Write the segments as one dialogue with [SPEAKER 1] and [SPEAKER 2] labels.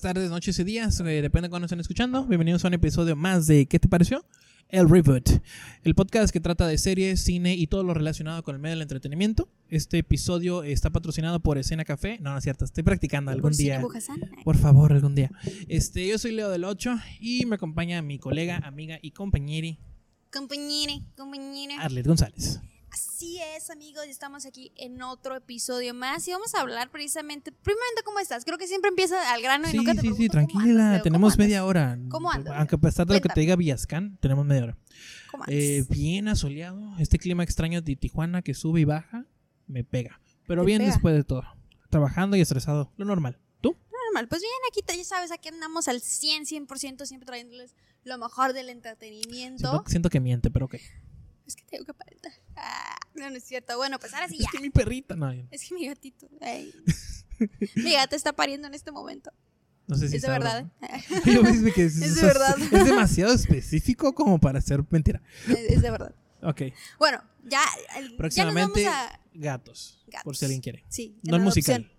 [SPEAKER 1] tardes, noches y días, eh, depende de cuándo estén escuchando. Bienvenidos a un episodio más de ¿Qué te pareció? El Reboot, el podcast que trata de series, cine y todo lo relacionado con el medio del entretenimiento. Este episodio está patrocinado por Escena Café. No, no es cierto, estoy practicando algún
[SPEAKER 2] Por si
[SPEAKER 1] día.
[SPEAKER 2] dibujas, ah, ay.
[SPEAKER 1] Por favor, algún día. Este, yo soy Leo del 8 y me acompaña mi colega, amiga y compañeri
[SPEAKER 2] Compañere, compañere.
[SPEAKER 1] Arlet González.
[SPEAKER 2] Así es, amigos, estamos aquí en otro episodio más y vamos a hablar precisamente, primeramente, ¿cómo estás? Creo que siempre empieza al grano Ah, y
[SPEAKER 1] Sí,
[SPEAKER 2] nunca te
[SPEAKER 1] sí, sí,
[SPEAKER 2] pregunto cómo andas,
[SPEAKER 1] tranquila.
[SPEAKER 2] Leo,
[SPEAKER 1] Tenemos
[SPEAKER 2] ¿cómo andas?
[SPEAKER 1] media hora.
[SPEAKER 2] ¿Cómo andas?
[SPEAKER 1] Aunque a pesar de lo que te
[SPEAKER 2] Cuéntame.
[SPEAKER 1] diga Villascan, tenemos media hora.
[SPEAKER 2] ¿Cómo andas?
[SPEAKER 1] Eh, bien asoleado. Este clima extraño de Tijuana que sube y baja me pega. Pero
[SPEAKER 2] Te
[SPEAKER 1] bien
[SPEAKER 2] pega.
[SPEAKER 1] después de todo. Trabajando y estresado. Lo normal. ¿Tú?
[SPEAKER 2] Normal, pues bien, aquí t- ya sabes, aquí andamos al 100, 100%, siempre trayéndoles lo mejor del entretenimiento.
[SPEAKER 1] Siento, siento que miente, pero ok.
[SPEAKER 2] Es que tengo que aparentar. Ah, no, no es cierto. Bueno, pues ahora sí
[SPEAKER 1] Es
[SPEAKER 2] ya.
[SPEAKER 1] que mi perrita. No, yo
[SPEAKER 2] Es que mi gatito, ay. mi gata está pariendo en este momento.
[SPEAKER 1] no sé si
[SPEAKER 2] es de
[SPEAKER 1] sea
[SPEAKER 2] verdad.
[SPEAKER 1] broma. Yo pensé que es,
[SPEAKER 2] Es de
[SPEAKER 1] o sea,
[SPEAKER 2] verdad.
[SPEAKER 1] es demasiado específico como para ser mentira.
[SPEAKER 2] ¿eh? es de verdad.
[SPEAKER 1] Ok.
[SPEAKER 2] Bueno, ya, ya nos vamos
[SPEAKER 1] Próximamente,
[SPEAKER 2] a...
[SPEAKER 1] gatos, Por
[SPEAKER 2] Gatos.
[SPEAKER 1] si alguien quiere.
[SPEAKER 2] Sí, en
[SPEAKER 1] No el
[SPEAKER 2] adopción,
[SPEAKER 1] musical.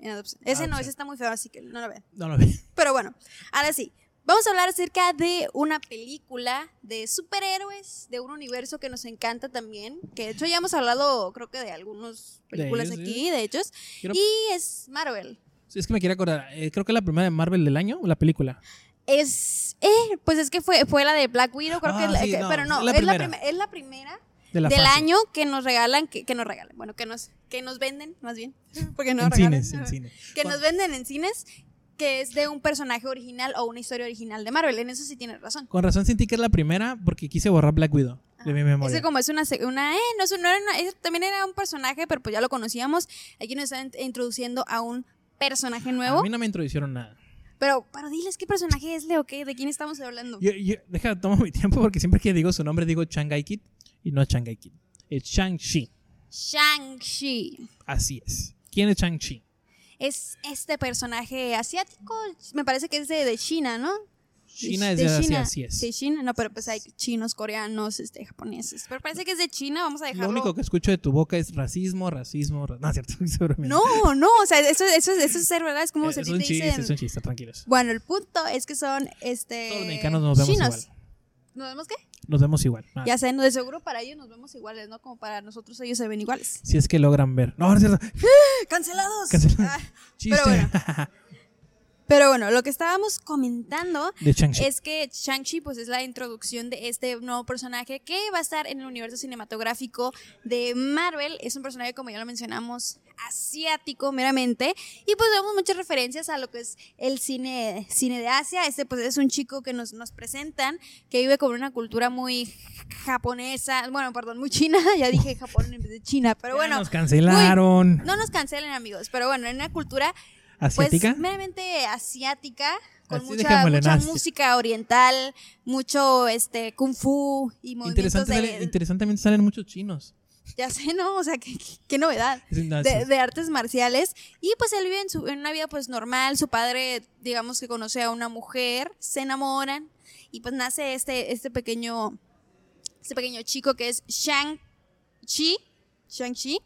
[SPEAKER 2] en adopción. Ese no,
[SPEAKER 1] Adopción.
[SPEAKER 2] ese está muy feo, así que no lo vean.
[SPEAKER 1] No lo vi.
[SPEAKER 2] Pero bueno, ahora sí. Vamos a hablar acerca de una película de superhéroes, de un universo que nos encanta también. Que de hecho ya hemos hablado, creo que de algunas películas
[SPEAKER 1] ellos,
[SPEAKER 2] aquí,
[SPEAKER 1] sí.
[SPEAKER 2] de hechos.
[SPEAKER 1] Quiero-
[SPEAKER 2] Y es Marvel.
[SPEAKER 1] Sí, es que me quiero acordar. eh, creo que es la primera de Marvel del año, la película.
[SPEAKER 2] Es, eh, pues es que fue, fue la de Black Widow, creo
[SPEAKER 1] Ah,
[SPEAKER 2] que, es la-
[SPEAKER 1] sí,
[SPEAKER 2] que-
[SPEAKER 1] no,
[SPEAKER 2] pero no,
[SPEAKER 1] es la
[SPEAKER 2] es, la
[SPEAKER 1] primera.
[SPEAKER 2] prime- es la primera
[SPEAKER 1] De la
[SPEAKER 2] del
[SPEAKER 1] fase.
[SPEAKER 2] año que nos regalan, que, que nos regalan, bueno, que nos, que nos venden, más bien, porque no
[SPEAKER 1] en
[SPEAKER 2] regalan.
[SPEAKER 1] cines, en cine.
[SPEAKER 2] que
[SPEAKER 1] Bueno.
[SPEAKER 2] nos venden en cines, que es de un personaje original o una historia original de Marvel. En eso sí tienes razón.
[SPEAKER 1] Con razón sentí que es la primera porque quise borrar Black Widow de mi memoria.
[SPEAKER 2] Ah, Ese como es una, se- una eh, no, es un- no era una- ese también era un personaje, pero pues ya lo conocíamos. Aquí nos están introduciendo a un personaje
[SPEAKER 1] A
[SPEAKER 2] nuevo.
[SPEAKER 1] mí no me introdujeron nada.
[SPEAKER 2] Pero, pero diles qué personaje es Leo, qué, de quién estamos hablando.
[SPEAKER 1] Yo, yo- deja, tomo mi tiempo porque siempre que digo su nombre digo Shanghai Kid y no Shanghai Kid. Es Shang-Chi.
[SPEAKER 2] Shang-Chi.
[SPEAKER 1] Así es. ¿Quién es Shang-Chi?
[SPEAKER 2] Es este personaje asiático, me parece que es de, de China, ¿no?
[SPEAKER 1] China
[SPEAKER 2] De-
[SPEAKER 1] es
[SPEAKER 2] de
[SPEAKER 1] de Asia,
[SPEAKER 2] China.
[SPEAKER 1] así es.
[SPEAKER 2] Sí, China, no, pero pues hay chinos, coreanos, este, japoneses. Pero parece que es de China, vamos a
[SPEAKER 1] Lo
[SPEAKER 2] dejarlo.
[SPEAKER 1] único que escucho de tu boca es racismo, racismo, ra- No, es cierto, seguramente.
[SPEAKER 2] No, no, o sea, eso, eso, eso es ser verdad, es como
[SPEAKER 1] Eh,
[SPEAKER 2] si a
[SPEAKER 1] es
[SPEAKER 2] ti
[SPEAKER 1] un
[SPEAKER 2] te
[SPEAKER 1] chiste,
[SPEAKER 2] dicen- Eh,
[SPEAKER 1] es un chiste, tranquilos.
[SPEAKER 2] Bueno, el punto es que son este
[SPEAKER 1] Todos los mexicanos nos vemos
[SPEAKER 2] chinos.
[SPEAKER 1] igual.
[SPEAKER 2] ¿Nos vemos qué?
[SPEAKER 1] Nos vemos igual. Ah,
[SPEAKER 2] Ya sé, no, de seguro para ellos nos vemos iguales, ¿no? Como para nosotros ellos se ven iguales.
[SPEAKER 1] Si es que logran ver. No, no es cierto.
[SPEAKER 2] ¡Cancelados!
[SPEAKER 1] Cancelados.
[SPEAKER 2] Ah,
[SPEAKER 1] Chiste.
[SPEAKER 2] bueno. pero bueno, lo que estábamos comentando
[SPEAKER 1] de Shang-Chi.
[SPEAKER 2] es que Shang-Chi pues es la introducción de este nuevo personaje que va a estar en el universo cinematográfico de Marvel. Es un personaje, como ya lo mencionamos, asiático meramente. Y pues vemos muchas referencias a lo que es el cine, cine de Asia. Este pues es un chico que nos, nos presentan, que vive con una cultura muy japonesa, bueno, perdón, muy china. Ya dije Japón en vez de China, pero
[SPEAKER 1] Ya
[SPEAKER 2] bueno.
[SPEAKER 1] Nos cancelaron.
[SPEAKER 2] No nos cancelen amigos, pero bueno, en una cultura
[SPEAKER 1] ¿Asiática?
[SPEAKER 2] pues meramente asiática, con
[SPEAKER 1] Así
[SPEAKER 2] mucha,
[SPEAKER 1] dejémosle en
[SPEAKER 2] mucha
[SPEAKER 1] Asia.
[SPEAKER 2] música oriental, mucho este kung fu y movimientos
[SPEAKER 1] Interesante
[SPEAKER 2] de,
[SPEAKER 1] sale- interesantemente salen muchos chinos. "Ah,
[SPEAKER 2] ya sé, ¿no? O sea, qué, qué- qué novedad.
[SPEAKER 1] Es- no,
[SPEAKER 2] De,
[SPEAKER 1] es-
[SPEAKER 2] de artes marciales y pues él vive en, su, en una vida pues normal, su padre digamos que conoce a una mujer, se enamoran y pues nace este, este pequeño este pequeño chico que es Shang-Chi, Shang-Chi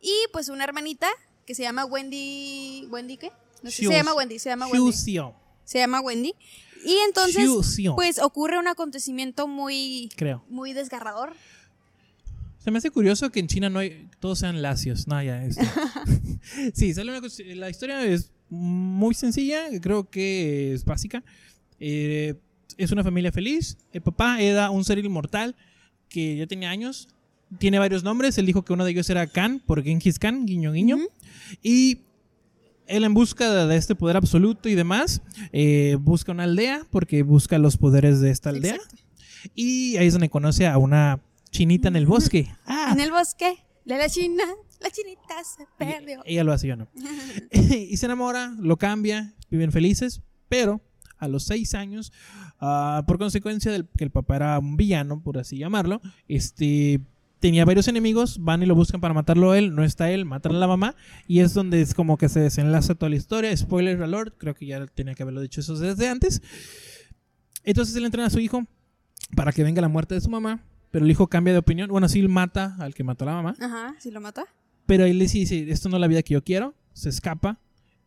[SPEAKER 2] y pues una hermanita que se llama Wendy, ¿Wendy qué? No sé,
[SPEAKER 1] Xiu-
[SPEAKER 2] se llama Wendy, se llama Wendy
[SPEAKER 1] Xiuxiao.
[SPEAKER 2] se llama Wendy. Y entonces,
[SPEAKER 1] Xiuxiao,
[SPEAKER 2] pues ocurre un acontecimiento muy,
[SPEAKER 1] creo.
[SPEAKER 2] muy desgarrador.
[SPEAKER 1] Se me hace curioso que en China no hay, todos sean lacios. No, ya, este. sí, sale una cosa- La historia es muy sencilla, creo que es básica. Eh, es una familia feliz. El papá era un ser inmortal que ya tenía años. Tiene varios nombres. Él dijo que uno de ellos era Khan, por Genghis Khan, guiño, guiño.
[SPEAKER 2] Ujú.
[SPEAKER 1] Y él en busca de este poder absoluto y demás, eh, busca una aldea porque busca los poderes de esta aldea.
[SPEAKER 2] Exacto.
[SPEAKER 1] Y ahí es donde conoce a una chinita en el bosque. Ah,
[SPEAKER 2] En el bosque de la China, la chinita se perdió.
[SPEAKER 1] Ella lo hace, yo no. y se enamora, lo cambia, viven felices, pero a los seis años, ah, por consecuencia del que el papá era un villano, por así llamarlo, este tenía varios enemigos, van y lo buscan para matarlo a él, no está él, matan a la mamá, y es donde es como que se desenlaza toda la historia, spoiler alert, creo que ya tenía que haberlo dicho eso desde antes. Entonces él entrena a su hijo para que venga la muerte de su mamá, pero el hijo cambia de opinión, bueno, sí mata al que mató a la mamá,
[SPEAKER 2] Ajá, si lo mata.
[SPEAKER 1] pero él le dice, esto no es la vida que yo quiero, se escapa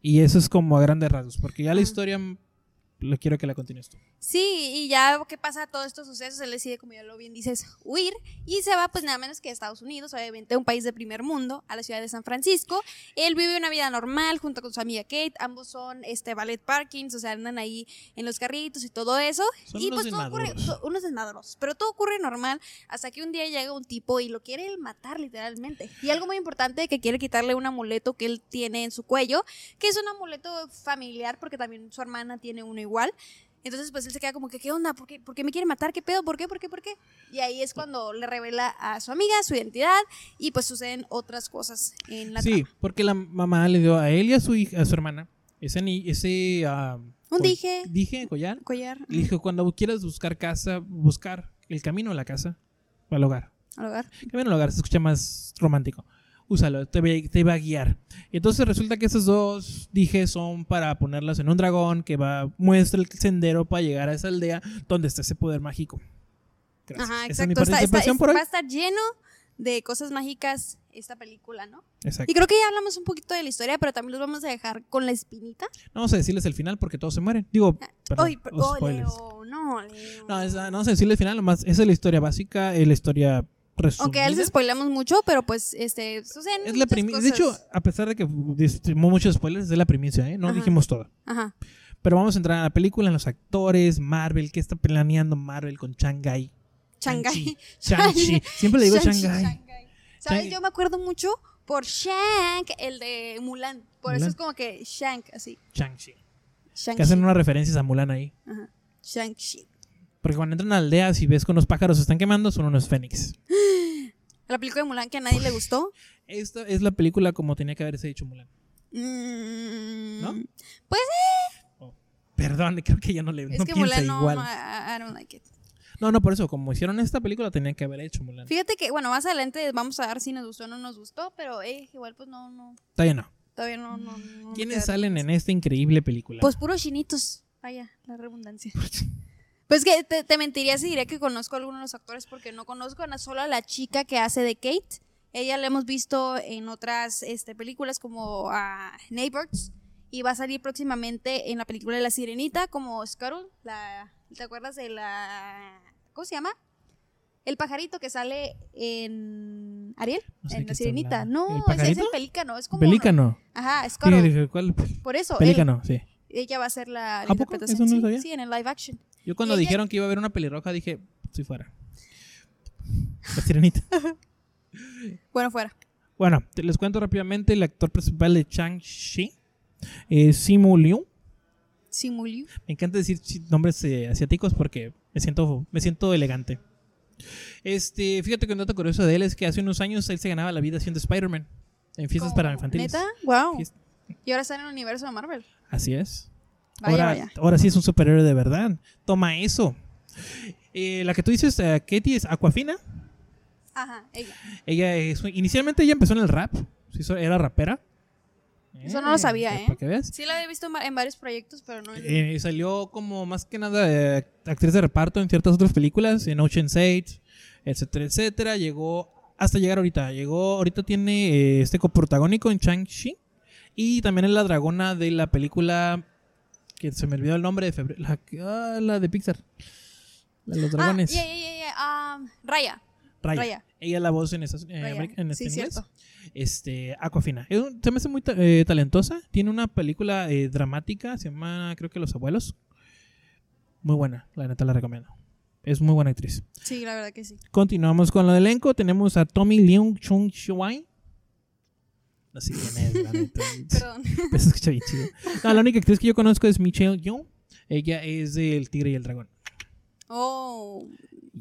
[SPEAKER 1] Y eso es como a grandes rasgos, porque ya la
[SPEAKER 2] Ah.
[SPEAKER 1] historia mm, le quiero que la continúes tú.
[SPEAKER 2] Sí, y ya que pasa todos estos sucesos, él decide, como ya lo bien dices, huir y se va pues nada menos que a Estados Unidos, obviamente un país de primer mundo, a la ciudad de San Francisco. Él vive una vida normal junto con su amiga Kate, ambos son este ballet parkings, o sea, andan ahí en los carritos y todo eso.
[SPEAKER 1] Son
[SPEAKER 2] y
[SPEAKER 1] unos
[SPEAKER 2] pues todo ocurre,
[SPEAKER 1] desmadrosos.
[SPEAKER 2] to- unos desmadros, pero todo ocurre normal hasta que un día llega un tipo y lo quiere matar literalmente. Y algo muy importante que quiere quitarle un amuleto que él tiene en su cuello, que es un amuleto familiar porque también su hermana tiene uno igual. Entonces, pues él se queda como que, ¿qué onda? ¿Por qué, por qué me quiere matar? ¿Qué pedo? ¿Por qué? ¿Por qué? ¿Por qué? Y ahí es cuando le revela a su amiga su identidad y pues suceden otras cosas en la
[SPEAKER 1] Sí,
[SPEAKER 2] trama.
[SPEAKER 1] porque la mamá le dio a él y a su hija, a su hermana ese ni- ese ah,
[SPEAKER 2] Un
[SPEAKER 1] coll-
[SPEAKER 2] dije.
[SPEAKER 1] dije collar.
[SPEAKER 2] Collar.
[SPEAKER 1] Le dijo, "Cuando quieras buscar casa, buscar el camino a la casa o al hogar.
[SPEAKER 2] Al hogar.
[SPEAKER 1] Camino al hogar se escucha más romántico. Úsalo, te, ve- te va a guiar." Entonces resulta que esos dos dije son para ponerlas en un dragón que va muestra el sendero para llegar a esa aldea donde está ese poder mágico. Gracias.
[SPEAKER 2] Ajá,
[SPEAKER 1] Esa es mi
[SPEAKER 2] exacto. Está- está-
[SPEAKER 1] participación por hoy.
[SPEAKER 2] va a estar lleno de cosas mágicas esta película, ¿no?
[SPEAKER 1] Exacto.
[SPEAKER 2] Y creo que ya hablamos un poquito de la historia, pero también los vamos a dejar con la espinita.
[SPEAKER 1] No vamos a decirles el final porque todos se mueren. Digo, perdón,
[SPEAKER 2] Ay, per-
[SPEAKER 1] los
[SPEAKER 2] Ah, oh,
[SPEAKER 1] spoilers.
[SPEAKER 2] Leo, no, Leo.
[SPEAKER 1] No, es- no vamos a decirle el final, nomás esa es la historia básica, es la historia resumida.
[SPEAKER 2] Aunque a él se spoilamos mucho, pero pues este suceden
[SPEAKER 1] es la
[SPEAKER 2] muchas
[SPEAKER 1] primicia. De
[SPEAKER 2] cosas.
[SPEAKER 1] hecho, a pesar de que distribuimos muchos spoilers, es la primicia, ¿eh? No
[SPEAKER 2] Ajá.
[SPEAKER 1] dijimos todo.
[SPEAKER 2] Ajá.
[SPEAKER 1] Pero vamos a entrar a la película, en los actores, Marvel, ¿qué está planeando Marvel con Shanghai?
[SPEAKER 2] Shanghai.
[SPEAKER 1] Shang-Chi. Siempre le digo
[SPEAKER 2] Shang-Chi,
[SPEAKER 1] Shanghai.
[SPEAKER 2] Shanghai. ¿Sabes?
[SPEAKER 1] Shang-
[SPEAKER 2] Yo me acuerdo mucho por Shank, el de Mulan. Por eso
[SPEAKER 1] Mulan.
[SPEAKER 2] es como que Shank, así.
[SPEAKER 1] Shang-Chi. Que hacen
[SPEAKER 2] Shang-Chi.
[SPEAKER 1] unas referencias a Mulan ahí.
[SPEAKER 2] Ajá. Shang-Chi.
[SPEAKER 1] Porque cuando entran a aldeas y ves que unos pájaros se están quemando, son unos fénix.
[SPEAKER 2] La película de Mulan que a nadie le gustó.
[SPEAKER 1] Esta es la película como tenía que haberse dicho Mulan.
[SPEAKER 2] Mm,
[SPEAKER 1] ¿No?
[SPEAKER 2] Pues
[SPEAKER 1] Perdón, creo que ya no le
[SPEAKER 2] es
[SPEAKER 1] no
[SPEAKER 2] que
[SPEAKER 1] piensa
[SPEAKER 2] Mulan no,
[SPEAKER 1] igual.
[SPEAKER 2] no, I- I don't like it.
[SPEAKER 1] No, no, por eso, como hicieron esta película, tenían que haber hecho Mulan.
[SPEAKER 2] Fíjate que, bueno, más adelante vamos a ver si nos gustó o no nos gustó, pero eh, igual pues no, no,
[SPEAKER 1] Todavía no.
[SPEAKER 2] todavía no, no. no me
[SPEAKER 1] ¿Quiénes
[SPEAKER 2] quedaron.
[SPEAKER 1] salen en esta increíble película?
[SPEAKER 2] Pues puros chinitos. Vaya, la redundancia. Pues que te, te mentiría si diría que conozco a alguno de los actores porque no conozco a solo a la chica que hace de Kate. Ella la hemos visto en otras este, películas como a Neighbors y va a salir próximamente en la película de La Sirenita como Scarlet. La, ¿Te acuerdas de la... ¿Cómo se llama? El pajarito que sale en Ariel,
[SPEAKER 1] No sé de
[SPEAKER 2] en
[SPEAKER 1] qué
[SPEAKER 2] La
[SPEAKER 1] estás
[SPEAKER 2] Sirenita.
[SPEAKER 1] hablando.
[SPEAKER 2] No,
[SPEAKER 1] ¿El
[SPEAKER 2] ese es el
[SPEAKER 1] pajarito?
[SPEAKER 2] pelícano, es como...
[SPEAKER 1] Pelícano.
[SPEAKER 2] Ajá,
[SPEAKER 1] Sí,
[SPEAKER 2] Scarlet.
[SPEAKER 1] dije, ¿cuál?
[SPEAKER 2] Por eso, él-
[SPEAKER 1] Pelícano, sí.
[SPEAKER 2] ella va a ser la, la
[SPEAKER 1] ¿A poco?
[SPEAKER 2] interpretación.
[SPEAKER 1] ¿Eso no lo
[SPEAKER 2] sí,
[SPEAKER 1] sabía?
[SPEAKER 2] sí, en el live action.
[SPEAKER 1] Yo cuando
[SPEAKER 2] Ella-
[SPEAKER 1] dijeron que iba a haber una pelirroja, dije, si fuera. La sirenita.
[SPEAKER 2] Bueno, fuera.
[SPEAKER 1] bueno, te les cuento rápidamente, el actor principal de Chang-Chi es Simu Liu.
[SPEAKER 2] Simuliu.
[SPEAKER 1] Me encanta decir chi- nombres eh, asiáticos porque me siento, me siento elegante. Este, fíjate que un dato curioso de él es que hace unos años él se ganaba la vida haciendo Spider-Man en fiestas para infantiles.
[SPEAKER 2] ¿Neta? Wow.
[SPEAKER 1] Fies-
[SPEAKER 2] Y ahora está en el universo de Marvel.
[SPEAKER 1] Así es.
[SPEAKER 2] Vaya,
[SPEAKER 1] ahora,
[SPEAKER 2] vaya.
[SPEAKER 1] ahora sí es un superhéroe de verdad. Toma eso. Eh, la que tú dices, eh, Katie, es Aquafina.
[SPEAKER 2] Ajá, ella.
[SPEAKER 1] Ella es, inicialmente ella empezó en el rap. Se hizo- Era rapera. pues,
[SPEAKER 2] Eso no lo sabía, ¿eh?
[SPEAKER 1] Para que veas.
[SPEAKER 2] Sí la había visto en va- en varios proyectos, pero no en...
[SPEAKER 1] Eh, salió como más que nada eh, actriz de reparto en ciertas otras películas, en Ocean's 8, etcétera, etcétera. Llegó hasta llegar ahorita. Llegó, ahorita tiene eh, este coprotagónico en Chang-Chi y también es la dragona de la película que se me olvidó el nombre de febrero, la, que- ah, la de Pixar. La de los dragones.
[SPEAKER 2] Ah, yeah, yeah, yeah, yeah, um, Raya.
[SPEAKER 1] Raya.
[SPEAKER 2] Raya.
[SPEAKER 1] Ella es la voz en, esas, eh,
[SPEAKER 2] Raya.
[SPEAKER 1] Ameri- en
[SPEAKER 2] Ah, Sí,
[SPEAKER 1] este inglés.
[SPEAKER 2] cierto.
[SPEAKER 1] Este, Aquafina. Es un- se me hace muy ta- eh, talentosa. Tiene una película eh, dramática, se llama creo que Los Abuelos. Muy buena, la neta la recomiendo. Es muy buena actriz.
[SPEAKER 2] Sí, la verdad que sí.
[SPEAKER 1] Continuamos con el elenco. Tenemos a Tommy Leung Chung Shuai. No sé quién es, la neta.
[SPEAKER 2] Perdón.
[SPEAKER 1] Pero se escucha bien chido. No, la única actriz que yo conozco es Michelle Yeoh. Ella es de El Tigre y el Dragón.
[SPEAKER 2] Oh.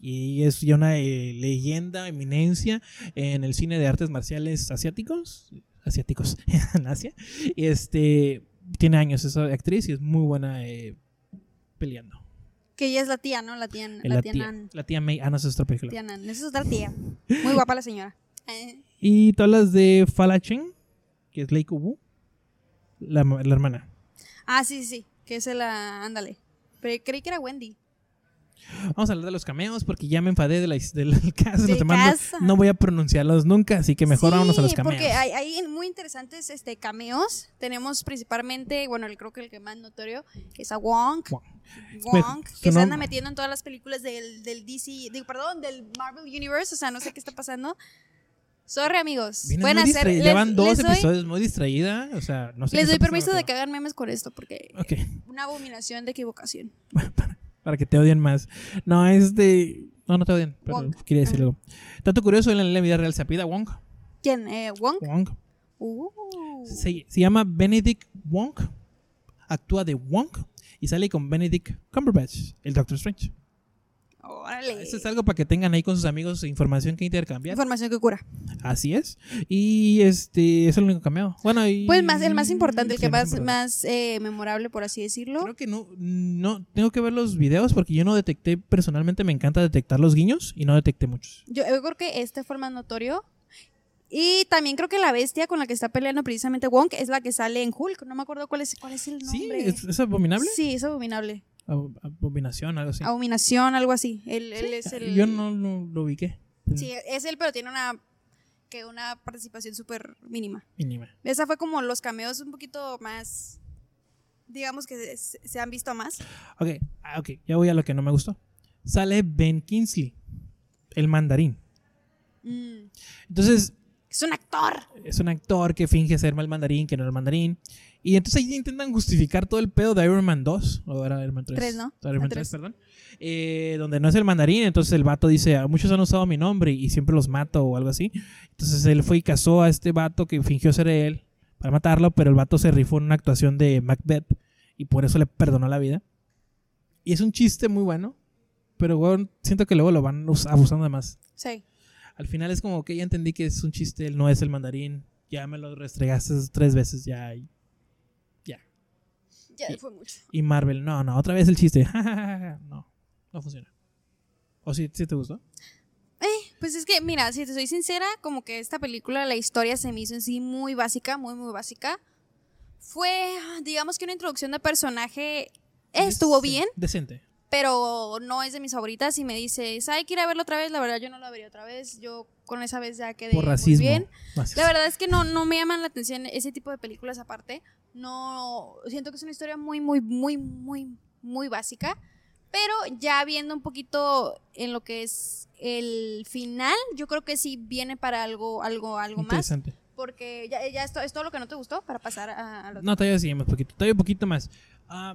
[SPEAKER 1] Y es ya una eh, leyenda, eminencia en el cine de artes marciales asiáticos, asiáticos en Asia. Y este tiene años esa actriz y es muy buena eh, peleando.
[SPEAKER 2] Que ella es la tía, ¿no? La tía, An-
[SPEAKER 1] Eh,
[SPEAKER 2] la tía Nan.
[SPEAKER 1] la tía May, ah, no, esa es otra película.
[SPEAKER 2] Tía Nan. Esa es otra tía. Muy guapa la señora. Eh,
[SPEAKER 1] Y todas las de Falacheng, que es Lei Kubu, la, ma- la hermana.
[SPEAKER 2] Ah, sí, sí. Que es la... Ándale. Pero creí que era Wendy.
[SPEAKER 1] Vamos a hablar de los cameos porque ya me enfadé de la, del caso.
[SPEAKER 2] Del
[SPEAKER 1] no, te mando-
[SPEAKER 2] caso.
[SPEAKER 1] no voy a pronunciarlos nunca, así que mejor
[SPEAKER 2] Sí,
[SPEAKER 1] vámonos a los cameos.
[SPEAKER 2] Porque hay, hay muy interesantes este, cameos. Tenemos principalmente, bueno, el, creo que el que más notorio es a Wong.
[SPEAKER 1] Wong.
[SPEAKER 2] Wong,
[SPEAKER 1] Su
[SPEAKER 2] que se anda
[SPEAKER 1] nom-
[SPEAKER 2] metiendo en todas las películas del, del DC, digo, perdón, del Marvel Universe. O sea, no sé qué está pasando. Sorry, amigos.
[SPEAKER 1] Vienes
[SPEAKER 2] Pueden
[SPEAKER 1] muy
[SPEAKER 2] hacer.
[SPEAKER 1] distraída.
[SPEAKER 2] les-
[SPEAKER 1] Llevan eh, dos
[SPEAKER 2] les doy-
[SPEAKER 1] episodios muy distraída. O sea, no sé.
[SPEAKER 2] les
[SPEAKER 1] qué
[SPEAKER 2] doy
[SPEAKER 1] está
[SPEAKER 2] permiso de
[SPEAKER 1] pasando,
[SPEAKER 2] que hagan memes con esto, porque
[SPEAKER 1] pero- Ok.
[SPEAKER 2] una abominación de equivocación.
[SPEAKER 1] Para que te odien más. No, es de. No, no te odien, pero
[SPEAKER 2] Wong.
[SPEAKER 1] quería decir algo. Tanto curioso en la vida real se apida Wong.
[SPEAKER 2] ¿Quién? Eh, ¿Wong?
[SPEAKER 1] Wong.
[SPEAKER 2] Uh.
[SPEAKER 1] Se, se llama Benedict Wong. Actúa de Wong. Y sale con Benedict Cumberbatch, el Doctor Strange.
[SPEAKER 2] Órale.
[SPEAKER 1] Eso es algo para que tengan ahí con sus amigos información que intercambiar.
[SPEAKER 2] Información que cura.
[SPEAKER 1] Así es. Y este es el único cameo. Bueno, y.
[SPEAKER 2] Pues más, el más importante, el
[SPEAKER 1] Sí,
[SPEAKER 2] que más,
[SPEAKER 1] importante.
[SPEAKER 2] más eh, memorable, por así decirlo.
[SPEAKER 1] Creo que no, no. Tengo que ver los videos porque yo no detecté. Personalmente me encanta detectar los guiños y no detecté muchos.
[SPEAKER 2] Yo, yo creo que este fue el más notorio. Y también creo que la bestia con la que está peleando precisamente Wong es la que sale en Hulk. No me acuerdo cuál es, cuál es el
[SPEAKER 1] Sí,
[SPEAKER 2] nombre.
[SPEAKER 1] es, es abominable.
[SPEAKER 2] Sí, es abominable.
[SPEAKER 1] Ab- Abominación, algo así. Ah,
[SPEAKER 2] Abominación, algo así. Él, él es el.
[SPEAKER 1] Yo no lo, lo ubiqué.
[SPEAKER 2] Sí, es él, pero tiene una, que una participación súper mínima.
[SPEAKER 1] Mínima.
[SPEAKER 2] Esa fue como los cameos un poquito más. Digamos que se, se han visto más.
[SPEAKER 1] Ok, ah, ok, ya voy a lo que no me gustó. Sale Ben Kingsley, el mandarín.
[SPEAKER 2] Mm.
[SPEAKER 1] Entonces,
[SPEAKER 2] Es un actor.
[SPEAKER 1] es un actor que finge ser mal mandarín, que no era el mandarín. Y entonces ahí intentan justificar todo el pedo de Iron Man 2, o era Iron Man 3.
[SPEAKER 2] Tres, ¿no?
[SPEAKER 1] Iron Man
[SPEAKER 2] Ah,
[SPEAKER 1] 3,
[SPEAKER 2] tres.
[SPEAKER 1] perdón. Eh, donde no es el mandarín, entonces el vato dice, "A muchos han usado mi nombre y siempre los mato o algo así. Entonces él fue y casó a este vato que fingió ser él para matarlo, pero el vato se rifó en una actuación de Macbeth y por eso le perdonó la vida. Y es un chiste muy bueno, pero weón, siento que luego lo van us- abusando de más.
[SPEAKER 2] Sí.
[SPEAKER 1] Al final es como que ya entendí que es un chiste, él no es el mandarín. Ya me lo restregaste tres veces ya. Y,
[SPEAKER 2] Ya
[SPEAKER 1] Y-
[SPEAKER 2] fue mucho.
[SPEAKER 1] y Marvel, no, no, otra vez el chiste. no, no funciona. ¿O si te gustó?
[SPEAKER 2] Pues es que, mira, si te soy sincera, como que esta película, la historia se me hizo en sí muy básica, muy, muy básica. Fue, ah, digamos que una introducción de personaje estuvo
[SPEAKER 1] Dec-
[SPEAKER 2] bien,
[SPEAKER 1] Decente.
[SPEAKER 2] pero no es de mis favoritas. Y me dices, ay, quiero verlo otra vez. La verdad, yo no la vería otra vez. Yo con esa vez ya quedé
[SPEAKER 1] Por
[SPEAKER 2] muy
[SPEAKER 1] racismo.
[SPEAKER 2] bien.
[SPEAKER 1] No, así
[SPEAKER 2] La
[SPEAKER 1] es.
[SPEAKER 2] verdad es que no, no me llaman la atención ese tipo de películas aparte. No, siento que es una historia muy, muy, muy, muy, muy básica. Pero ya viendo un poquito en lo que es el final, yo creo que sí viene para algo, algo, algo más.
[SPEAKER 1] Interesante.
[SPEAKER 2] Porque ya, ya esto es todo lo que no te gustó para pasar a, a lo
[SPEAKER 1] No, todavía sí, más poquito. Todavía un poquito más. Ah,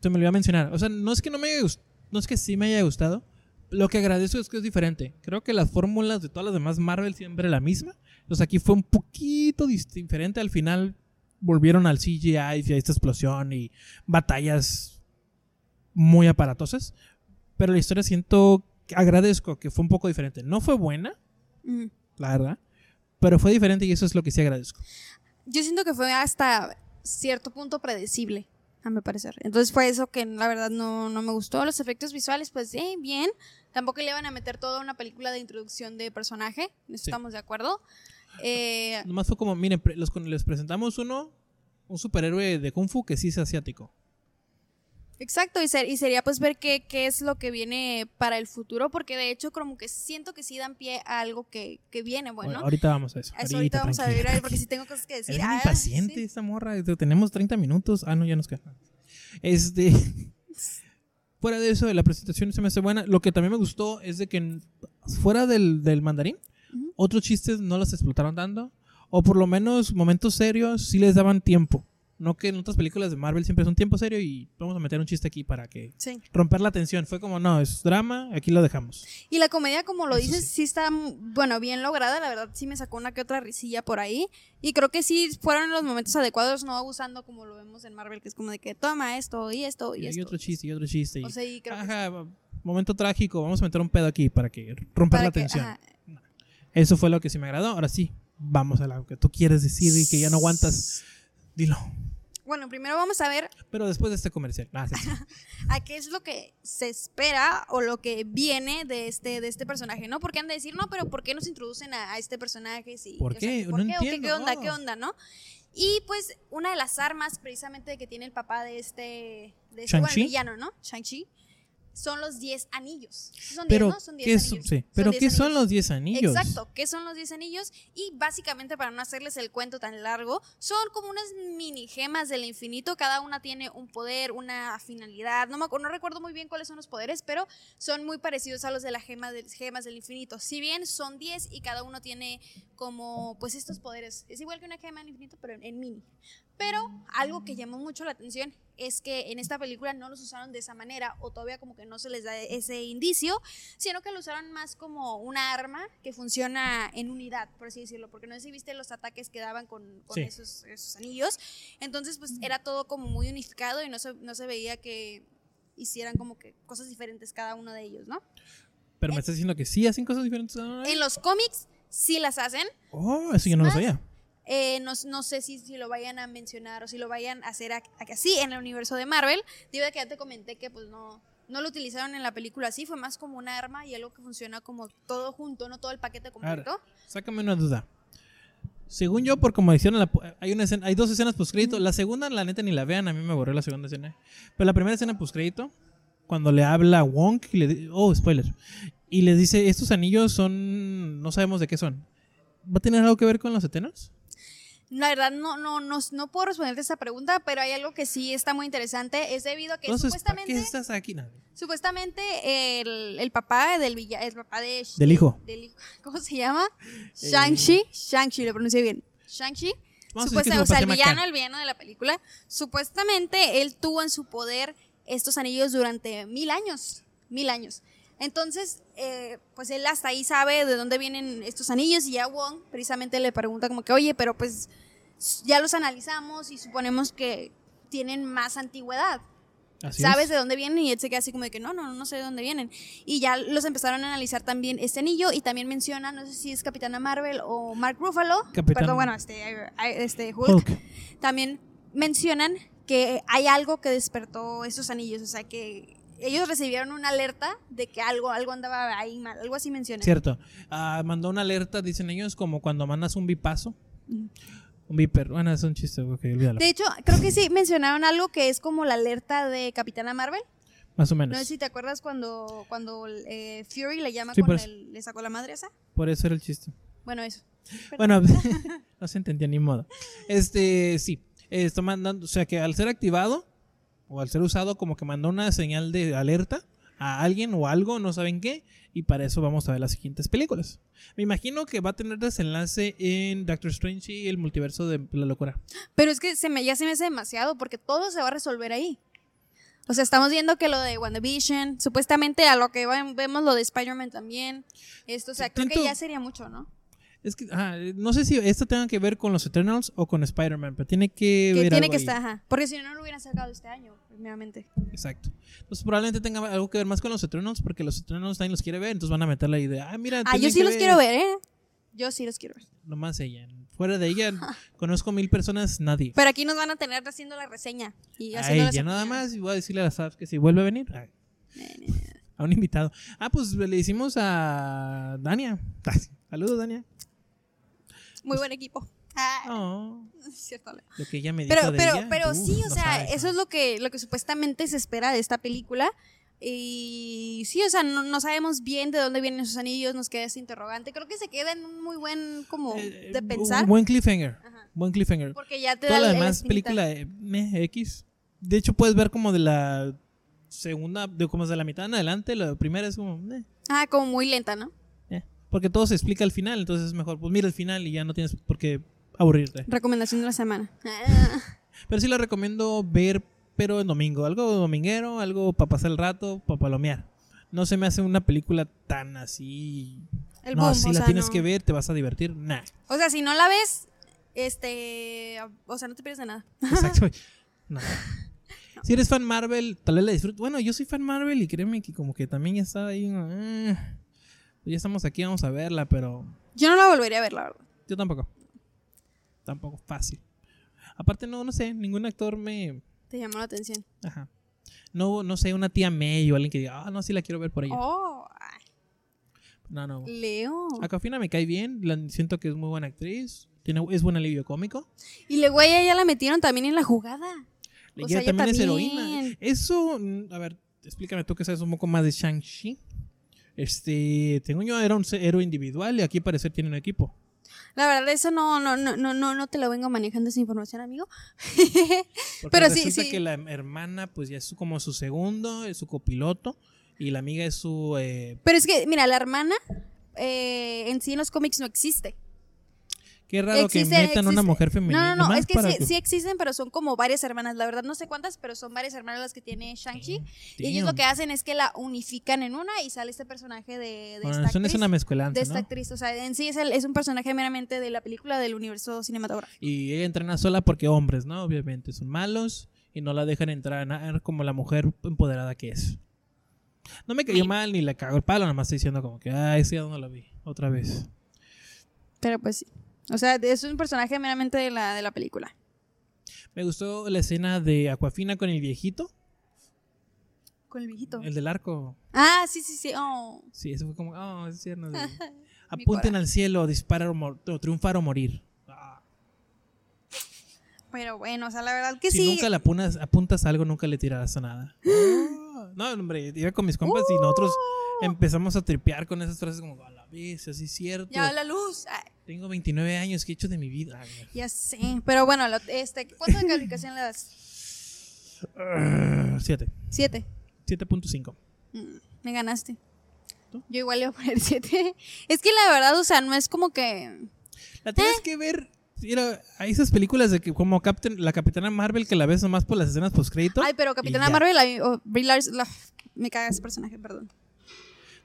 [SPEAKER 1] se me olvidó mencionar. O sea, no es que no me haya gustado. No es que sí me haya gustado. Lo que agradezco es que es diferente. Creo que las fórmulas de todas las demás Marvel siempre la misma. Entonces aquí fue un poquito dis- diferente. Al final volvieron al CGI y a esta explosión y batallas muy aparatosas. Pero la historia siento, agradezco que fue un poco diferente. No fue buena,
[SPEAKER 2] Mm.
[SPEAKER 1] la verdad. Pero fue diferente y eso es lo que sí agradezco.
[SPEAKER 2] Yo siento que fue hasta cierto punto predecible, a mi parecer. Entonces fue eso que la verdad no, no me gustó. Los efectos visuales, pues eh, bien. Tampoco le iban a meter toda una película de introducción de personaje. En eso
[SPEAKER 1] Sí.
[SPEAKER 2] estamos de acuerdo. Eh,
[SPEAKER 1] Nomás fue como, miren, pre- los, con- les presentamos uno, un superhéroe de Kung Fu que sí es asiático.
[SPEAKER 2] exacto, y, ser- y sería pues ver qué, qué es lo que viene para el futuro, porque de hecho como que siento que sí dan pie a algo que, que viene,
[SPEAKER 1] Ahor-
[SPEAKER 2] bueno.
[SPEAKER 1] ahorita vamos a eso.
[SPEAKER 2] A eso ahorita vamos a ver,
[SPEAKER 1] tranquila.
[SPEAKER 2] ahí, porque sí tengo cosas que decir.
[SPEAKER 1] Es
[SPEAKER 2] Ah,
[SPEAKER 1] muy impaciente
[SPEAKER 2] sí.
[SPEAKER 1] esta morra. este, Tenemos 30 minutos. Ah, no, ya nos queda. Este. fuera de eso, de la presentación se me hace buena. Lo que también me gustó es de que n- fuera del, del mandarín,
[SPEAKER 2] Ujú.
[SPEAKER 1] otros chistes no los explotaron tanto. O por lo menos momentos serios sí les daban tiempo. No que en otras películas de Marvel siempre es un tiempo serio y vamos a meter un chiste aquí para que
[SPEAKER 2] Sí.
[SPEAKER 1] romper la tensión. Fue como, no, es drama, aquí lo dejamos.
[SPEAKER 2] Y la comedia, como lo
[SPEAKER 1] Eso
[SPEAKER 2] dices,
[SPEAKER 1] sí.
[SPEAKER 2] sí. está, mm, bueno, bien lograda. La verdad, sí me sacó una que otra risilla por ahí. Y creo que sí fueron los momentos adecuados, no abusando como lo vemos en Marvel, que es como de que toma esto y esto y,
[SPEAKER 1] Y,
[SPEAKER 2] esto.
[SPEAKER 1] otro chiste, Ah, y otro chiste. Y,
[SPEAKER 2] O sea, y creo que
[SPEAKER 1] ajá, momento trágico, vamos a meter un pedo aquí para que romper
[SPEAKER 2] para
[SPEAKER 1] la
[SPEAKER 2] que-
[SPEAKER 1] tensión.
[SPEAKER 2] ajá.
[SPEAKER 1] Eso fue lo que sí me agradó. Ahora sí, vamos a lo que tú quieres decir y que ya no aguantas. Dilo.
[SPEAKER 2] Bueno, primero vamos a ver
[SPEAKER 1] Pero después de este comercial. Nada, sí, sí.
[SPEAKER 2] a qué es lo que se espera o lo que viene de este, de este personaje, ¿no? Porque han de decir, no, pero ¿por qué nos introducen a, a este personaje? Si,
[SPEAKER 1] ¿Por
[SPEAKER 2] o sea,
[SPEAKER 1] qué?
[SPEAKER 2] ¿por
[SPEAKER 1] No
[SPEAKER 2] qué? ¿O qué-
[SPEAKER 1] entiendo.
[SPEAKER 2] ¿Qué onda?
[SPEAKER 1] Oh.
[SPEAKER 2] ¿Qué onda, no? Y pues una de las armas precisamente que tiene el papá de este, de este bueno,
[SPEAKER 1] ¿Shang-Chi?
[SPEAKER 2] villano, ¿no? Shang-Chi. son los 10 anillos. Sí Son 10,
[SPEAKER 1] Pero,
[SPEAKER 2] ¿no? Son 10
[SPEAKER 1] ¿qué, es-
[SPEAKER 2] anillos.
[SPEAKER 1] sí, pero
[SPEAKER 2] diez
[SPEAKER 1] ¿qué son
[SPEAKER 2] anillos.
[SPEAKER 1] los 10 anillos?
[SPEAKER 2] Exacto, ¿qué son los 10 anillos? Y básicamente, para no hacerles el cuento tan largo, son como unas mini gemas del infinito. Cada una tiene un poder, una finalidad. No, me, acu- no recuerdo muy bien cuáles son los poderes, pero son muy parecidos a los de las gemas del, gemas del infinito. Si bien son 10 y cada uno tiene como, pues, estos poderes. Es igual que una gema del infinito, pero en, en mini. Pero algo que llamó mucho la atención es que en esta película no los usaron de esa manera o todavía como que no se les da ese indicio, sino que lo usaron más como una arma que funciona en unidad, por así decirlo, porque no sé si viste los ataques que daban con, con
[SPEAKER 1] Sí.
[SPEAKER 2] esos, esos anillos, entonces pues era todo como muy unificado y no se, no se veía que hicieran como que cosas diferentes cada uno de ellos, ¿no?
[SPEAKER 1] Pero me estás diciendo que sí hacen cosas diferentes.
[SPEAKER 2] En los cómics sí las hacen,
[SPEAKER 1] Oh, eso yo no lo
[SPEAKER 2] más-
[SPEAKER 1] sabía.
[SPEAKER 2] Eh, no, no sé si, si lo vayan a mencionar o si lo vayan a hacer a- a- así en el universo de Marvel. Digo que ya te comenté que pues no, no lo utilizaron en la película así, fue más como un arma y algo que funciona como todo junto, no todo el paquete completo.
[SPEAKER 1] Sácame una duda. Según yo, por como hicieron la, pu- hay una escena- hay dos escenas postcrédito. La segunda, la neta, ni la vean, a mí me borró la segunda escena. Pero la primera escena postcrédito, cuando le habla Wong y le di- oh, spoiler. Y les dice, estos anillos son, no sabemos de qué son. ¿Va a tener algo que ver con los eternos?
[SPEAKER 2] La verdad no, no, no, no puedo responderte esa pregunta, pero hay algo que sí está muy interesante. Es debido a que
[SPEAKER 1] Entonces, ¿para
[SPEAKER 2] supuestamente,
[SPEAKER 1] qué estás aquí? Nada.
[SPEAKER 2] supuestamente el, el papá del villa, el papá de Sh-
[SPEAKER 1] Del hijo. Eh.
[SPEAKER 2] del hijo- ¿Cómo se llama? Shang-Chi. Shang-Chi, lo pronuncié bien. Shang-Chi.
[SPEAKER 1] Vamos a decir que
[SPEAKER 2] Supuestamente,
[SPEAKER 1] su
[SPEAKER 2] o
[SPEAKER 1] papá se
[SPEAKER 2] sea, el
[SPEAKER 1] llama
[SPEAKER 2] villano,
[SPEAKER 1] Kang.
[SPEAKER 2] el villano de la película, supuestamente él tuvo en su poder estos anillos durante mil años, mil años. Entonces, eh, pues él hasta ahí sabe de dónde vienen estos anillos y ya Wong precisamente le pregunta como que, oye, pero pues ya los analizamos y suponemos que tienen más antigüedad
[SPEAKER 1] Así es.
[SPEAKER 2] sabes de dónde vienen y él se queda así como de que no, no, no sé de dónde vienen. Y ya los empezaron a analizar también este anillo y también menciona, no sé si es Capitana Marvel o Mark Ruffalo,
[SPEAKER 1] Capitán-
[SPEAKER 2] perdón, bueno, este, este Hulk,
[SPEAKER 1] Hulk.
[SPEAKER 2] también mencionan que hay algo que despertó esos anillos, o sea que ellos recibieron una alerta de que algo, algo andaba ahí mal, algo así mencionan.
[SPEAKER 1] Cierto. Ah, mandó una alerta, dicen ellos, como cuando mandas un bipaso.
[SPEAKER 2] Ujú.
[SPEAKER 1] Un viper. Bueno, es un chiste, ok, olvídalo.
[SPEAKER 2] De hecho, creo que sí mencionaron algo que es como la alerta de Capitana Marvel.
[SPEAKER 1] Más o menos.
[SPEAKER 2] No sé si te acuerdas cuando, cuando eh, Fury le llama
[SPEAKER 1] Sí,
[SPEAKER 2] con
[SPEAKER 1] pues.
[SPEAKER 2] el- le sacó la madre esa.
[SPEAKER 1] Por eso era el chiste.
[SPEAKER 2] Bueno, eso.
[SPEAKER 1] Bueno, no se entendía ni modo. Este, sí. Está mandando, o sea que al ser activado o al ser usado, como que mandó una señal de alerta a alguien o algo, no saben qué. Y para eso vamos a ver las siguientes películas. Me imagino que va a tener desenlace en Doctor Strange y el multiverso de la locura.
[SPEAKER 2] Pero es que se me, ya se me hace demasiado porque todo se va a resolver ahí. O sea, estamos viendo que lo de WandaVision, supuestamente a lo que van- vemos lo de Spider-Man también. Esto, o sea, creo que
[SPEAKER 1] Tanto-
[SPEAKER 2] ya sería mucho, ¿no?
[SPEAKER 1] Es que, ah, no sé si esta tenga que ver con los Eternals o con Spider-Man, pero tiene que
[SPEAKER 2] Que
[SPEAKER 1] ver
[SPEAKER 2] tiene
[SPEAKER 1] algo
[SPEAKER 2] que
[SPEAKER 1] ahí.
[SPEAKER 2] estar, ajá. Porque si no, no lo hubieran sacado este año, primeramente.
[SPEAKER 1] Exacto. Entonces probablemente tenga algo que ver más con los Eternals, porque los Eternals nadie los quiere ver, entonces van a meter la idea. Ah, mira,
[SPEAKER 2] Ah, yo
[SPEAKER 1] tienen
[SPEAKER 2] sí
[SPEAKER 1] que
[SPEAKER 2] los quiero ver, ¿eh? Yo sí los quiero ver.
[SPEAKER 1] Nomás ella. Fuera de ella, conozco mil personas, nadie.
[SPEAKER 2] Pero aquí nos van a tener haciendo la reseña. Y
[SPEAKER 1] A
[SPEAKER 2] haciendo la
[SPEAKER 1] ella nada
[SPEAKER 2] reseña.
[SPEAKER 1] más, y voy a decirle a la SAF que si vuelve a venir, a, a un invitado. Ah, pues le hicimos a Dania. Saludos, Dania.
[SPEAKER 2] Muy buen equipo. Ah,
[SPEAKER 1] Oh,
[SPEAKER 2] es cierto.
[SPEAKER 1] lo que ella me dijo
[SPEAKER 2] pero
[SPEAKER 1] de
[SPEAKER 2] pero
[SPEAKER 1] ella,
[SPEAKER 2] pero
[SPEAKER 1] uf,
[SPEAKER 2] sí o
[SPEAKER 1] no
[SPEAKER 2] sea
[SPEAKER 1] sabes,
[SPEAKER 2] eso
[SPEAKER 1] no.
[SPEAKER 2] es lo que lo que supuestamente se espera de esta película y sí o sea no, no sabemos bien de dónde vienen esos anillos nos queda ese interrogante creo que se queda en un muy buen como
[SPEAKER 1] Eh,
[SPEAKER 2] de
[SPEAKER 1] bu-
[SPEAKER 2] pensar
[SPEAKER 1] Buen cliffhanger.
[SPEAKER 2] Ajá.
[SPEAKER 1] Buen cliffhanger.
[SPEAKER 2] porque ya te
[SPEAKER 1] Toda
[SPEAKER 2] da
[SPEAKER 1] la
[SPEAKER 2] el- el
[SPEAKER 1] demás
[SPEAKER 2] espinita.
[SPEAKER 1] película eh, meh, X. De hecho, puedes ver como de la segunda, de como de la mitad en adelante, la primera es como... meh,
[SPEAKER 2] ah como muy lenta no
[SPEAKER 1] eh. Porque todo se explica al final, entonces es mejor, pues mira el final y ya no tienes por qué aburrirte.
[SPEAKER 2] recomendación de la semana Ah,
[SPEAKER 1] Pero sí la recomiendo ver, pero en domingo. Algo dominguero, algo para pasar el rato, para palomear. No se me hace una película tan así...
[SPEAKER 2] el
[SPEAKER 1] no,
[SPEAKER 2] boom
[SPEAKER 1] así
[SPEAKER 2] o
[SPEAKER 1] la
[SPEAKER 2] sea,
[SPEAKER 1] tienes
[SPEAKER 2] no.
[SPEAKER 1] que ver, te vas a divertir. Nah.
[SPEAKER 2] o sea si no la ves este o sea no te pierdes de nada
[SPEAKER 1] Exacto. No. Si eres fan Marvel, tal vez la disfrutes. Bueno, yo soy fan Marvel y créeme que como que también ya estaba ahí. eh, pues ya estamos aquí, vamos a verla, pero
[SPEAKER 2] yo no la volvería a ver la verdad
[SPEAKER 1] yo tampoco. Tampoco fácil. Aparte, no, no sé, ningún actor me...
[SPEAKER 2] te llamó la atención
[SPEAKER 1] Ajá. No, no sé, una tía May o alguien que diga, ah, no, sí la quiero ver por ella.
[SPEAKER 2] oh ay,
[SPEAKER 1] No, no.
[SPEAKER 2] Leo
[SPEAKER 1] A Cafina me cae bien, la, siento que es muy buena actriz, tiene, es buen alivio cómico.
[SPEAKER 2] Y luego a ella ya la metieron también en la jugada. O
[SPEAKER 1] Ella
[SPEAKER 2] sea, ella
[SPEAKER 1] también es
[SPEAKER 2] también.
[SPEAKER 1] heroína. Eso, mm, a ver, explícame tú que sabes un poco más de Shang-Chi. Este, tengo yo, era un héroe individual y aquí parece tiene un equipo.
[SPEAKER 2] La verdad, eso no, no, no, no, no, no te lo vengo manejando esa información, amigo.
[SPEAKER 1] Porque
[SPEAKER 2] Pero sí,
[SPEAKER 1] resulta
[SPEAKER 2] sí.
[SPEAKER 1] que la hermana, pues ya es su- como su segundo, es su copiloto. Y la amiga es su. eh,
[SPEAKER 2] Pero es que, mira, la hermana eh, en sí en los cómics no existe.
[SPEAKER 1] qué raro
[SPEAKER 2] Existe,
[SPEAKER 1] que metan una
[SPEAKER 2] existe.
[SPEAKER 1] mujer
[SPEAKER 2] No,
[SPEAKER 1] femenina.
[SPEAKER 2] no, no,
[SPEAKER 1] nomás
[SPEAKER 2] es que
[SPEAKER 1] para
[SPEAKER 2] sí, sí existen, pero son como varias hermanas. La verdad, no sé cuántas, pero son varias hermanas las que tiene Shang-Chi. Y ellos lo que hacen es que la unifican en una y sale este personaje de, de
[SPEAKER 1] Bueno, eso
[SPEAKER 2] esta
[SPEAKER 1] no
[SPEAKER 2] actriz.
[SPEAKER 1] Ah, es una mezcolanza,
[SPEAKER 2] de esta
[SPEAKER 1] ¿no?
[SPEAKER 2] actriz, o sea, en sí es, el- es un personaje meramente de la película del universo cinematográfico.
[SPEAKER 1] Y ella entrena sola porque hombres, ¿no? Obviamente son malos y no la dejan entrar a nadar como la mujer empoderada que es. No me cayó
[SPEAKER 2] Sí.
[SPEAKER 1] mal ni le cago el palo, nada más estoy diciendo como que, ah, ese ya no lo vi, otra vez.
[SPEAKER 2] Pero pues sí. O sea, es un personaje meramente de la, de la película.
[SPEAKER 1] Me gustó la escena de Aquafina con el viejito,
[SPEAKER 2] Con el viejito.
[SPEAKER 1] el del arco.
[SPEAKER 2] Ah, sí, sí, sí. Oh.
[SPEAKER 1] Sí, eso fue como, oh, es cierto. sí.
[SPEAKER 2] Mi
[SPEAKER 1] Apunten
[SPEAKER 2] cora.
[SPEAKER 1] al cielo, disparar o, mor- o triunfar o morir. Ah,
[SPEAKER 2] Pero bueno, o sea, la verdad que
[SPEAKER 1] si
[SPEAKER 2] sí.
[SPEAKER 1] nunca le apunas- apuntas a algo, nunca le tirarás a nada. Ah, no, hombre, iba con mis compas y nosotros
[SPEAKER 2] Ah.
[SPEAKER 1] empezamos a tripear con esas frases como, a la vez, así es cierto.
[SPEAKER 2] Ya la luz. Ah,
[SPEAKER 1] Tengo 29 años, ¿qué he hecho de mi vida? Ay, no.
[SPEAKER 2] ya sé. Pero bueno, lo- este, ¿cuánto de calificación le das? Ah.
[SPEAKER 1] Arr, Siete.
[SPEAKER 2] Siete.
[SPEAKER 1] 7.5.
[SPEAKER 2] Mm, me ganaste.
[SPEAKER 1] ¿Tú?
[SPEAKER 2] Yo igual le voy a poner siete. Es que la verdad, o sea, no es como que. ¿Eh?
[SPEAKER 1] La tienes que ver. Mira, hay esas películas de que como Captain, la Capitana Marvel que la ves nomás por las escenas post crédito.
[SPEAKER 2] Ay, pero Capitana
[SPEAKER 1] ya.
[SPEAKER 2] Marvel, ay, oh, Brie Larson, la- me caga ese personaje, perdón.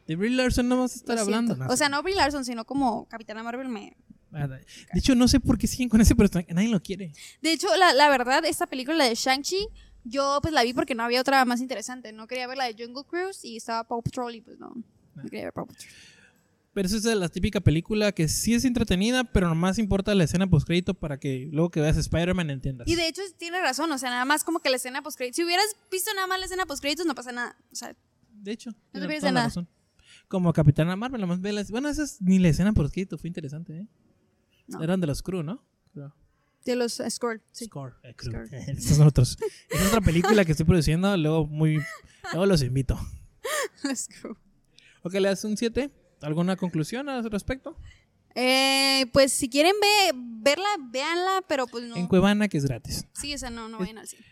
[SPEAKER 1] De Brie Larson no vas a estar
[SPEAKER 2] Lo
[SPEAKER 1] hablando.
[SPEAKER 2] siento. O sea, no Brie Larson, sino como Capitana Marvel me...
[SPEAKER 1] Nada. De hecho, no sé por qué siguen con ese personaje. Nadie lo quiere.
[SPEAKER 2] De hecho, la, la verdad, esta película de Shang-Chi, yo pues la vi porque no había otra más interesante. No quería ver la de Jungle Cruise y estaba Paw Patrol y pues no.
[SPEAKER 1] Ah.
[SPEAKER 2] No quería ver Paw Patrol.
[SPEAKER 1] Pero esa es de la típica película que sí es entretenida, pero nomás importa la escena post crédito para que luego que veas Spider-Man entiendas.
[SPEAKER 2] Y de hecho, tiene razón, o sea, nada más como que la escena post créditos Si hubieras visto nada más la escena post créditos no pasa nada. O sea,
[SPEAKER 1] De hecho,
[SPEAKER 2] te
[SPEAKER 1] tiene
[SPEAKER 2] pierdes
[SPEAKER 1] toda
[SPEAKER 2] de
[SPEAKER 1] la
[SPEAKER 2] nada.
[SPEAKER 1] razón. Como Capitana Marvel, nomás ve las... Bueno, esa es ni la escena post crédito, fue interesante, ¿eh?
[SPEAKER 2] No.
[SPEAKER 1] Eran de los crew, ¿no? Creo.
[SPEAKER 2] de los eh, Skrull, sí.
[SPEAKER 1] Score. eh,
[SPEAKER 2] Score.
[SPEAKER 1] creo. Esos son otros. Es otra película que estoy produciendo, luego muy luego los invito.
[SPEAKER 2] Los Skrull.
[SPEAKER 1] Ok, le das un 7. ¿Alguna conclusión al respecto?
[SPEAKER 2] Eh, pues si quieren ve- verla, véanla, pero pues no.
[SPEAKER 1] En Cuevana, que es gratis.
[SPEAKER 2] Sí, o sea, no, no vayan al cine.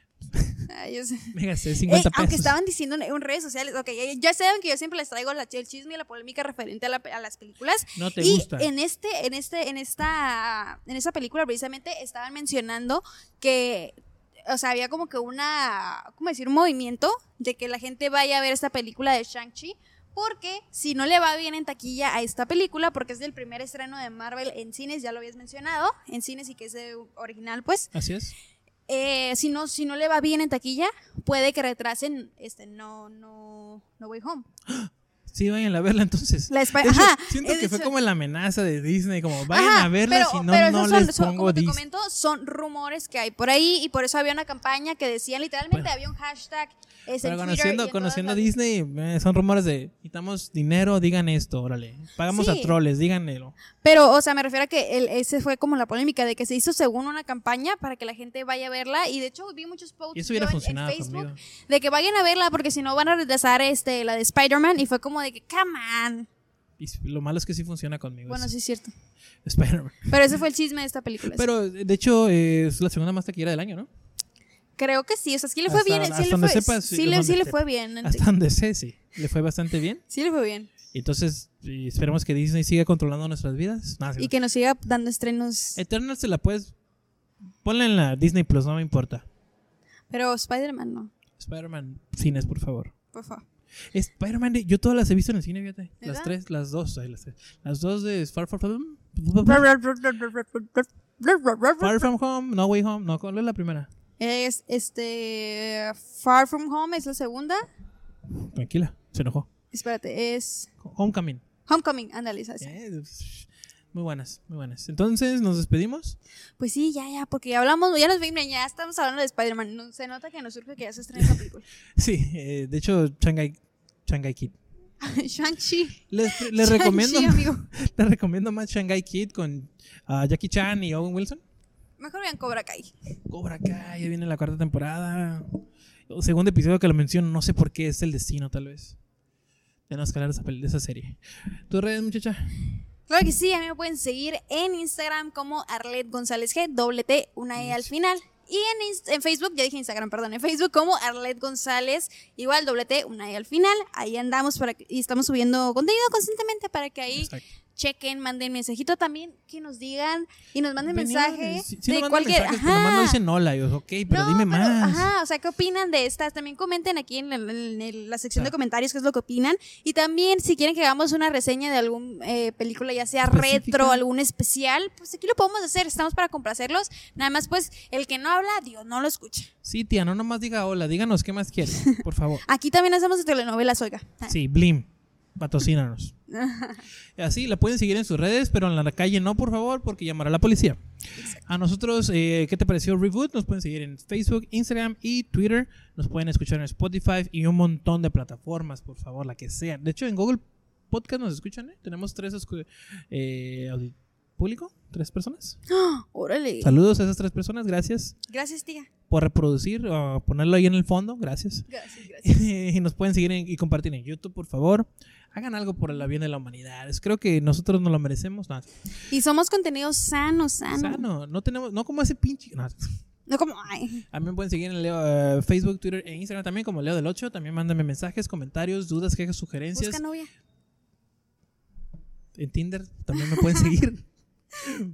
[SPEAKER 2] Ay, yo sé.
[SPEAKER 1] Me gasté
[SPEAKER 2] Ey,
[SPEAKER 1] 50 pesos.
[SPEAKER 2] Eh, aunque estaban diciendo en en redes sociales, ok, ya, ya saben que yo siempre les traigo la, el chisme y la polémica referente a, la- a las películas.
[SPEAKER 1] No te
[SPEAKER 2] y
[SPEAKER 1] gusta.
[SPEAKER 2] en este, en este, en esta, en esta película precisamente estaban mencionando que, o sea, había como que una, ¿cómo decir? Un movimiento de que la gente vaya a ver esta película de Shang-Chi. Porque si no le va bien en taquilla a esta película, porque es del primer estreno de Marvel en cines, ya lo habías mencionado, en cines y que es eh, original, pues
[SPEAKER 1] Así es.
[SPEAKER 2] eh, si, no, si no le va bien en taquilla, puede que retrasen este no, no, no Way Home.
[SPEAKER 1] Sí, vayan a verla entonces.
[SPEAKER 2] La Spy-
[SPEAKER 1] De hecho,
[SPEAKER 2] Ajá,
[SPEAKER 1] siento
[SPEAKER 2] eh,
[SPEAKER 1] que fue
[SPEAKER 2] de hecho-
[SPEAKER 1] como la amenaza de Disney, como vayan
[SPEAKER 2] Ajá,
[SPEAKER 1] a verla,
[SPEAKER 2] pero-
[SPEAKER 1] si no,
[SPEAKER 2] pero
[SPEAKER 1] no
[SPEAKER 2] esos son-
[SPEAKER 1] les
[SPEAKER 2] son-
[SPEAKER 1] pongo
[SPEAKER 2] Como te
[SPEAKER 1] Disney.
[SPEAKER 2] comento, son rumores que hay por ahí y por eso había una campaña que decían, literalmente
[SPEAKER 1] Bueno.
[SPEAKER 2] había un hashtag. Es
[SPEAKER 1] Pero
[SPEAKER 2] en Twitter y en
[SPEAKER 1] conociendo,
[SPEAKER 2] todas
[SPEAKER 1] conociendo a
[SPEAKER 2] las-
[SPEAKER 1] Disney, eh, son rumores de necesitamos dinero, digan esto, órale. Pagamos
[SPEAKER 2] Sí.
[SPEAKER 1] a troles, díganlo.
[SPEAKER 2] Pero, o sea, me refiero a que el, ese fue como la polémica de que se hizo según una campaña para que la gente vaya a verla y de hecho vi muchos posts
[SPEAKER 1] Y eso hubiera
[SPEAKER 2] yo en- en
[SPEAKER 1] funcionado
[SPEAKER 2] Facebook
[SPEAKER 1] conmigo.
[SPEAKER 2] de que vayan a verla porque si no van a retrasar este, la de Spider-Man y fue como de que, come on.
[SPEAKER 1] Y lo malo es que Pues sí funciona conmigo.
[SPEAKER 2] Bueno,
[SPEAKER 1] es
[SPEAKER 2] sí Pues es cierto.
[SPEAKER 1] Spider-Man.
[SPEAKER 2] Pero ese fue el chisme de esta película.
[SPEAKER 1] Pero de hecho eh, es la segunda más taquillera del año, ¿no?
[SPEAKER 2] Creo que sí, o sea, sí le fue
[SPEAKER 1] Hasta-
[SPEAKER 2] bien.
[SPEAKER 1] hasta
[SPEAKER 2] Sí le
[SPEAKER 1] donde
[SPEAKER 2] fue,
[SPEAKER 1] sepas,
[SPEAKER 2] sí
[SPEAKER 1] sí,
[SPEAKER 2] le,
[SPEAKER 1] donde
[SPEAKER 2] sí le
[SPEAKER 1] sepa.
[SPEAKER 2] fue bien. en
[SPEAKER 1] Hasta
[SPEAKER 2] Tec-
[SPEAKER 1] donde sé, sí. Le fue bastante bien.
[SPEAKER 2] Sí le fue bien.
[SPEAKER 1] Entonces eh, esperemos que Disney siga controlando nuestras vidas. Nada, sí,
[SPEAKER 2] Y
[SPEAKER 1] no.
[SPEAKER 2] que nos siga dando estrenos.
[SPEAKER 1] Eternal se la puedes... Ponla en la Disney Plus, no me importa.
[SPEAKER 2] Pero Spider-Man no,
[SPEAKER 1] Spider-Man, cines, por favor.
[SPEAKER 2] por favor.
[SPEAKER 1] Spider-Man, yo todas las he visto en el cine, fíjate.
[SPEAKER 2] ¿Verdad?
[SPEAKER 1] Las tres, las dos, ay, las tres. Las dos de Far From Home. Far From Home, No Way Home, no, ¿cuál es la primera?
[SPEAKER 2] Es este. Far From Home es la segunda.
[SPEAKER 1] Tranquila, se enojó.
[SPEAKER 2] Espérate, es.
[SPEAKER 1] Homecoming.
[SPEAKER 2] Homecoming, ándale, ¿sabes?
[SPEAKER 1] Eh, Muy buenas, muy buenas. Entonces, nos despedimos.
[SPEAKER 2] Pues sí, ya, ya, porque ya hablamos, ya nos vimos, ya estamos hablando de Spider-Man. No- se nota que nos surge que ya se estrena esa película.
[SPEAKER 1] Sí, eh, de hecho, Shanghai, Shanghai Kid.
[SPEAKER 2] Shang-Chi.
[SPEAKER 1] Les, les
[SPEAKER 2] Shang-Chi,
[SPEAKER 1] recomiendo,
[SPEAKER 2] amigo.
[SPEAKER 1] les recomiendo más Shanghai Kid con ah, Jackie Chan y Owen Wilson.
[SPEAKER 2] Mejor vean Cobra Kai.
[SPEAKER 1] Cobra Kai, ya viene la cuarta temporada. segundo episodio que lo menciono, no sé por qué es el destino, tal vez. Tenemos que hablar de esa, pel- de esa serie. ¿Tus redes, muchacha?
[SPEAKER 2] Claro que sí, a mí me pueden seguir en Instagram como Arlet González G, doble T, una E al final. Y en, Inst- en Facebook, ya dije Instagram, perdón, en Facebook como Arlet González, igual doble T, una E al final. Ahí andamos para que- y estamos subiendo contenido constantemente para que ahí
[SPEAKER 1] Exacto.
[SPEAKER 2] chequen, manden mensajito también, que nos digan y nos manden
[SPEAKER 1] Venimos
[SPEAKER 2] mensaje
[SPEAKER 1] sí- sí nos
[SPEAKER 2] de
[SPEAKER 1] mandan
[SPEAKER 2] cualquier...
[SPEAKER 1] mensajes, pero nomás no
[SPEAKER 2] ajá.
[SPEAKER 1] dicen hola. Y yo, ok, pero
[SPEAKER 2] No,
[SPEAKER 1] dime
[SPEAKER 2] pero,
[SPEAKER 1] más.
[SPEAKER 2] Ajá, o sea, ¿qué opinan de estas? También comenten aquí en, el- en el- la sección de
[SPEAKER 1] Exacto.
[SPEAKER 2] comentarios qué es lo que opinan. Y también si quieren que hagamos una reseña de alguna película, ya sea
[SPEAKER 1] Específica.
[SPEAKER 2] retro, algún especial, pues aquí lo podemos hacer. Estamos para complacerlos. Nada más, pues, el que no habla, Dios no lo escucha.
[SPEAKER 1] Sí, tía, no nomás diga hola. Díganos qué más quiere, por favor.
[SPEAKER 2] Aquí también hacemos de telenovelas, oiga.
[SPEAKER 1] Sí, Blim, patrocínanos. Así, la pueden seguir en sus redes, pero en la calle no, por favor, porque llamará la policía. A nosotros, eh, ¿qué te pareció Reboot? Nos pueden seguir en Facebook, Instagram y Twitter. Nos pueden escuchar en Spotify y un montón de plataformas, por favor, la que sea. De hecho, en Google Podcast nos escuchan, ¿eh? Tenemos tres escu- eh, audi- público, tres personas.
[SPEAKER 2] ¡Ah! Órale.
[SPEAKER 1] Saludos a esas tres personas, gracias
[SPEAKER 2] Gracias, tía.
[SPEAKER 1] por reproducir, o ponerlo ahí en el fondo, gracias.
[SPEAKER 2] Gracias, gracias.
[SPEAKER 1] y nos pueden seguir en- y compartir en YouTube, por favor. Hagan algo por el bien de la humanidad. Es- Creo que nosotros no lo merecemos. No,
[SPEAKER 2] Y somos contenido sano, sano.
[SPEAKER 1] sano. No tenemos, no como ese pinche. no.
[SPEAKER 2] No como, ay.
[SPEAKER 1] A mí me pueden seguir en Leo, eh, Facebook, Twitter e Instagram también como Leo del 8. También mándenme mensajes, comentarios, dudas, quejas, sugerencias.
[SPEAKER 2] Busca novia.
[SPEAKER 1] En Tinder también me pueden seguir.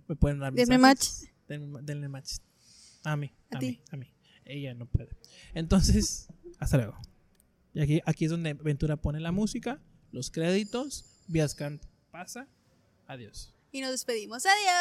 [SPEAKER 1] me pueden dar
[SPEAKER 2] Denme
[SPEAKER 1] mensajes. Denme- denle match. A mí,
[SPEAKER 2] A
[SPEAKER 1] a,
[SPEAKER 2] ti.
[SPEAKER 1] mí, a mí. Ella no puede. Entonces, hasta luego. Y aquí, aquí es donde Ventura pone la música, los créditos, Viascant pasa. Adiós.
[SPEAKER 2] Y nos despedimos. Adiós.